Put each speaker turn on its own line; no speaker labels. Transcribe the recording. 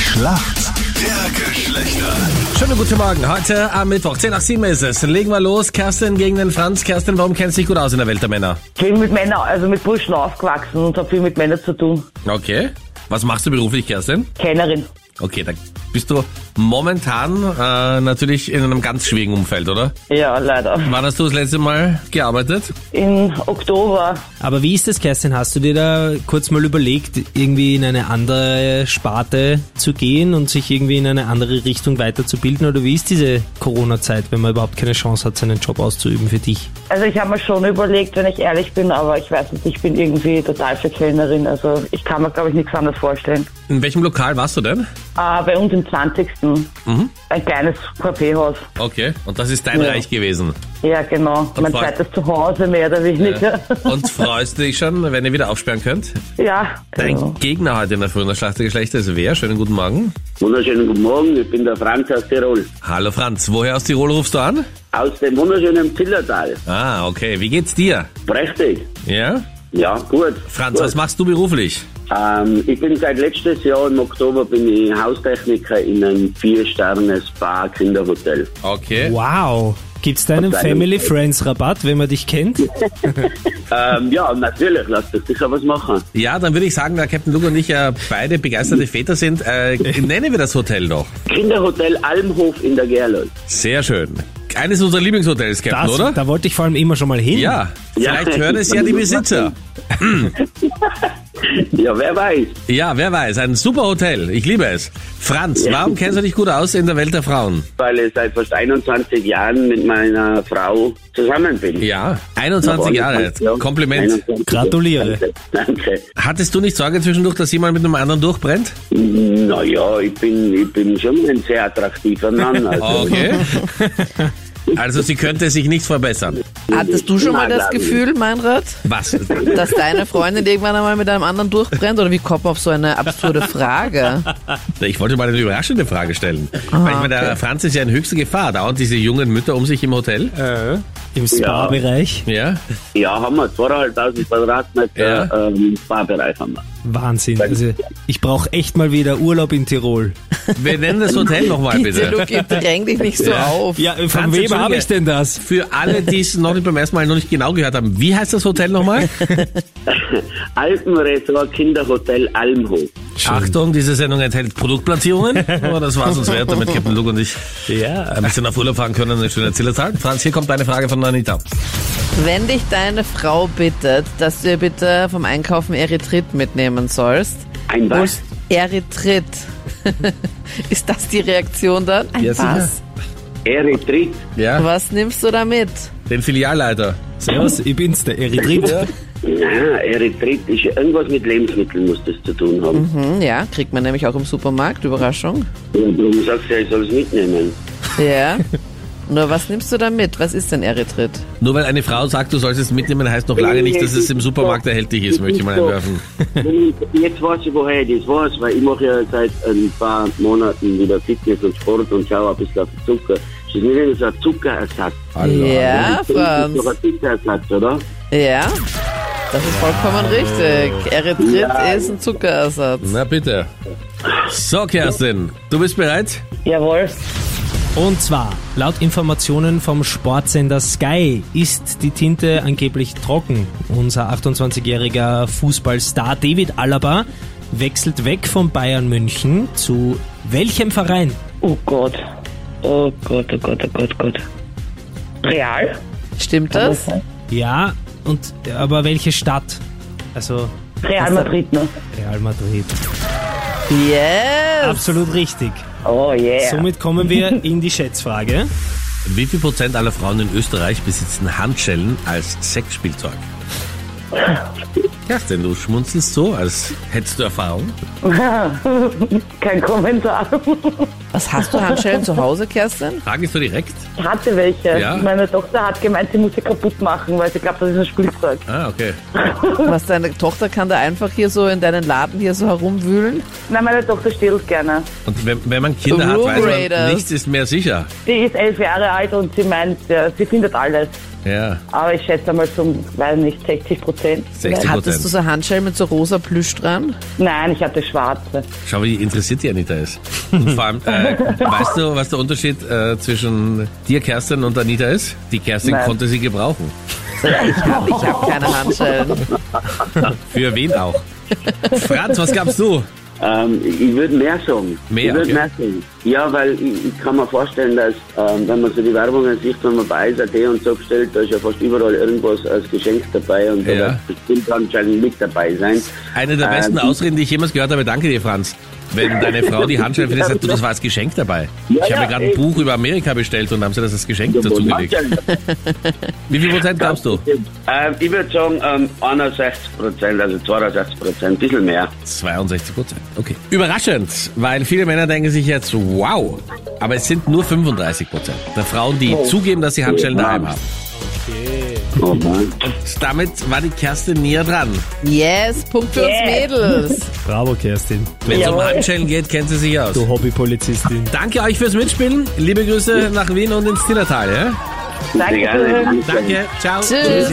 Schlacht der Geschlechter.
Schönen guten Morgen. Heute am Mittwoch, 10 nach 7 ist es. Legen wir los. Kerstin gegen den Franz. Kerstin, warum kennst du dich gut aus in der Welt der Männer?
Ich bin mit Männern, also mit Burschen aufgewachsen und habe viel mit Männern zu tun.
Okay. Was machst du beruflich, Kerstin?
Kennerin.
Okay, dann bist du momentan äh, natürlich in einem ganz schwierigen Umfeld, oder?
Ja, leider.
Wann hast du das letzte Mal gearbeitet?
Im Oktober.
Aber wie ist das, Kerstin? Hast du dir da kurz mal überlegt, irgendwie in eine andere Sparte zu gehen und sich irgendwie in eine andere Richtung weiterzubilden? Oder wie ist diese Corona-Zeit, wenn man überhaupt keine Chance hat, seinen Job auszuüben für dich?
Also ich habe mir schon überlegt, wenn ich ehrlich bin, aber ich weiß nicht, ich bin irgendwie total für Kellnerin. Also ich kann mir, glaube ich, nichts anderes vorstellen.
In welchem Lokal warst du denn?
Äh, bei uns im 20. Ein kleines Kaffeehaus.
Okay. Und das ist dein
Ja.
Reich gewesen.
Ja, genau. mein
voll-
zweites Zuhause, mehr oder weniger.
Und freust du dich schon, wenn ihr wieder aufsperren könnt?
Ja.
Dein
ja.
Gegner heute in der frühen Schlacht der Geschlechter ist wer? Schönen guten Morgen.
Wunderschönen guten Morgen, ich bin der Franz aus Tirol.
Hallo Franz, woher aus Tirol rufst du an?
Aus dem wunderschönen Zillertal.
Ah, okay. Wie geht's dir?
Prächtig.
Ja?
Ja, gut.
Franz,
gut.
was machst du beruflich?
Ähm, ich bin seit letztes Jahr im Oktober bin ich Haustechniker in einem Vier-Sterne-Spa-Kinderhotel.
Okay.
Wow! Gibt's da einen
Verdammt.
Family Friends Rabatt, wenn man dich kennt?
Ähm, ja, natürlich, lass das sicher was machen.
Ja, dann würde ich sagen, da Captain Luke und ich ja beide begeisterte Väter sind, äh, nennen wir das Hotel doch.
Kinderhotel Almhof in der Gerlold.
Sehr schön. Eines unserer Lieblingshotels, Captain,
Das,
oder?
Da wollte ich vor allem immer schon mal hin.
Ja,
Ja.
vielleicht hören es ja die Besitzer.
Ja, wer weiß.
Ja, wer weiß, ein super Hotel. Ich liebe es. Franz,
Ja.
warum kennst du dich gut aus in der Welt der Frauen?
Weil ich seit fast 21 Jahren mit meiner Frau zusammen bin.
Ja, 21 Jahre.
Ja.
Kompliment.
21.
Gratuliere.
Danke. Danke.
Hattest du nicht Sorge zwischendurch, dass jemand mit einem anderen durchbrennt?
Naja, ich bin, ich bin schon ein sehr attraktiver Mann. Also,
Okay. Also sie könnte sich nicht verbessern.
Hattest du schon mal
Nein,
das
glaub ich
Gefühl, Meinrad,
Was?
dass deine Freundin irgendwann einmal mit einem anderen durchbrennt? Oder wie kommt man auf so eine absurde Frage?
Ich wollte mal eine überraschende Frage stellen. Weil ich meine, der Franz ist ja in höchster Gefahr. Dauernd diese jungen Mütter um sich im Hotel.
Äh, Im Spa-Bereich.
Ja.
Ja, haben wir. 2.500 Quadratmeter
Ja.
ähm, Sparbereich haben wir.
Wahnsinn. Also, ich brauche echt mal wieder Urlaub in Tirol.
Wir nennen das Hotel nochmal
Bitte,
bitte.
Luki, dräng dich nicht so auf.
Ja, von
Franz,
wem
Entschuldige.
habe ich denn das?
Für alle, die es noch nicht beim ersten Mal noch nicht genau gehört haben, wie heißt das Hotel nochmal?
Alpenresort Kinderhotel Almhof.
Achtung, diese Sendung enthält Produktplatzierungen. Aber das war's uns wert, damit Captain Luke und ich
Ja.
ein bisschen auf Urlaub fahren können und eine schöne Zillertal. Franz, hier kommt eine Frage von Anita.
Wenn dich deine Frau bittet, dass du ihr bitte vom Einkaufen Erythrit mitnehmen sollst,
Ein was?
Erythrit, ist das die Reaktion dann? Ein
Ja, sicher.
was?
Eritrit.
Ja,
Was nimmst du damit?
den Filialleiter.
Servus, ich bin's, der Eritrit.
Ja, Eritrit ist ja irgendwas mit Lebensmitteln, muss das zu tun haben.
Mhm.
Hm, ja, kriegt man nämlich auch im Supermarkt, Überraschung.
Ja, darum sagst du ja, ich soll es mitnehmen.
Ja. Nur was nimmst du da mit? Was ist denn Erythrit?
Nur weil eine Frau sagt, du sollst es mitnehmen, heißt noch lange nicht, dass es im Supermarkt erhältlich ist, möchte ich mal einwerfen.
Jetzt weiß ich, woher ich das weiß, weil ich mache ja seit ein paar Monaten wieder Fitness und Sport und schaue ein bisschen auf den Zucker. Ist das nicht irgendwie so ein Zuckerersatz?
Ja,
Das ist
Franz.
doch ein Zuckerersatz, oder?
Ja, das ist vollkommen richtig. Erythrit
Ja.
ist ein Zuckerersatz.
Na bitte. So, Kerstin, du bist bereit?
Jawohl.
Und zwar, laut Informationen vom Sportsender Sky ist die Tinte angeblich trocken. Unser 28-jähriger Fußballstar David Alaba wechselt weg von Bayern München zu welchem Verein?
Oh Gott. Oh Gott, oh Gott, oh Gott, oh Gott. Real?
Stimmt das?
Ja, und aber welche Stadt? Also
Real Madrid, ne?
Real Madrid.
Yes!
Absolut richtig.
Oh yeah.
Somit kommen wir in die Schätzfrage.
Wie viel Prozent aller Frauen in Österreich besitzen Handschellen als Sexspielzeug? Kerstin, du schmunzelst so, als hättest du Erfahrung.
Kein Kommentar.
Was hast du Handschellen zu Hause, Kerstin?
Frage ist so direkt.
Ich hatte welche.
Ja.
Meine Tochter hat gemeint, sie muss sie kaputt machen, weil sie glaubt, das ist ein Spielzeug.
Ah, okay.
Was deine Tochter kann da einfach hier so in deinen Laden hier so herumwühlen?
Nein, meine Tochter steht gerne.
Und wenn, wenn man Kinder hat,
Room
weiß man,
Raiders.
nichts ist mehr sicher.
Die ist elf Jahre alt und sie meint, ja, sie findet alles.
Ja,
Aber ich schätze mal zum, weiß nicht, 60 Prozent.
60
Hattest du
Prozent.
so Handschellen mit so rosa Plüsch dran?
Nein, ich hatte schwarze.
Schau, wie interessiert die Anita ist. Und vor allem, äh, weißt du, was der Unterschied äh, zwischen dir, Kerstin, und Anita ist? Die Kerstin
Nein.
konnte sie gebrauchen.
Ich habe keine Handschellen.
Für wen auch? Franz, was gabst du?
Ähm, ich würde mehr sagen.
Mehr,
ich würde
ja.
mehr sagen. Ja, weil ich, ich kann mir vorstellen, dass ähm, wenn man so die Werbungen sieht, wenn man bei Eis.at und so bestellt, da ist ja fast überall irgendwas als Geschenk dabei und da
Ja.
wird bestimmt anscheinend mit dabei sein.
Eine der besten
Ähm,
Ausreden, die ich jemals gehört habe. Danke dir, Franz. Wenn deine Frau die Handschellen findet, sagt du, das war als Geschenk dabei.
Ja,
ich habe
ja,
mir gerade ein
ey.
Buch über Amerika bestellt und haben sie das als Geschenk
ja,
dazu
wo
gelegt.
Handschellen
Wie viel Prozent glaubst du?
Ähm, ich würde sagen, ähm, 61 Prozent, also 62 Prozent, ein bisschen mehr.
62 Prozent. Okay. Überraschend, weil viele Männer denken sich jetzt, wow, aber es sind nur 35 Prozent der Frauen, die
Oh.
zugeben, dass sie Handschellen
Ja.
daheim haben.
Oh Mann.
Damit war die Kerstin näher dran.
Yes, Punkt für uns
Yeah.
Mädels.
Bravo, Kerstin. Du,
Wenn es um
Jawohl.
Handschellen geht, kennt sie sich aus.
du Hobbypolizistin.
Danke euch fürs Mitspielen. Liebe Grüße nach Wien und ins Tillertal. Ja?
Danke.
Sehr gerne.
Danke. Ciao.
Tschüss.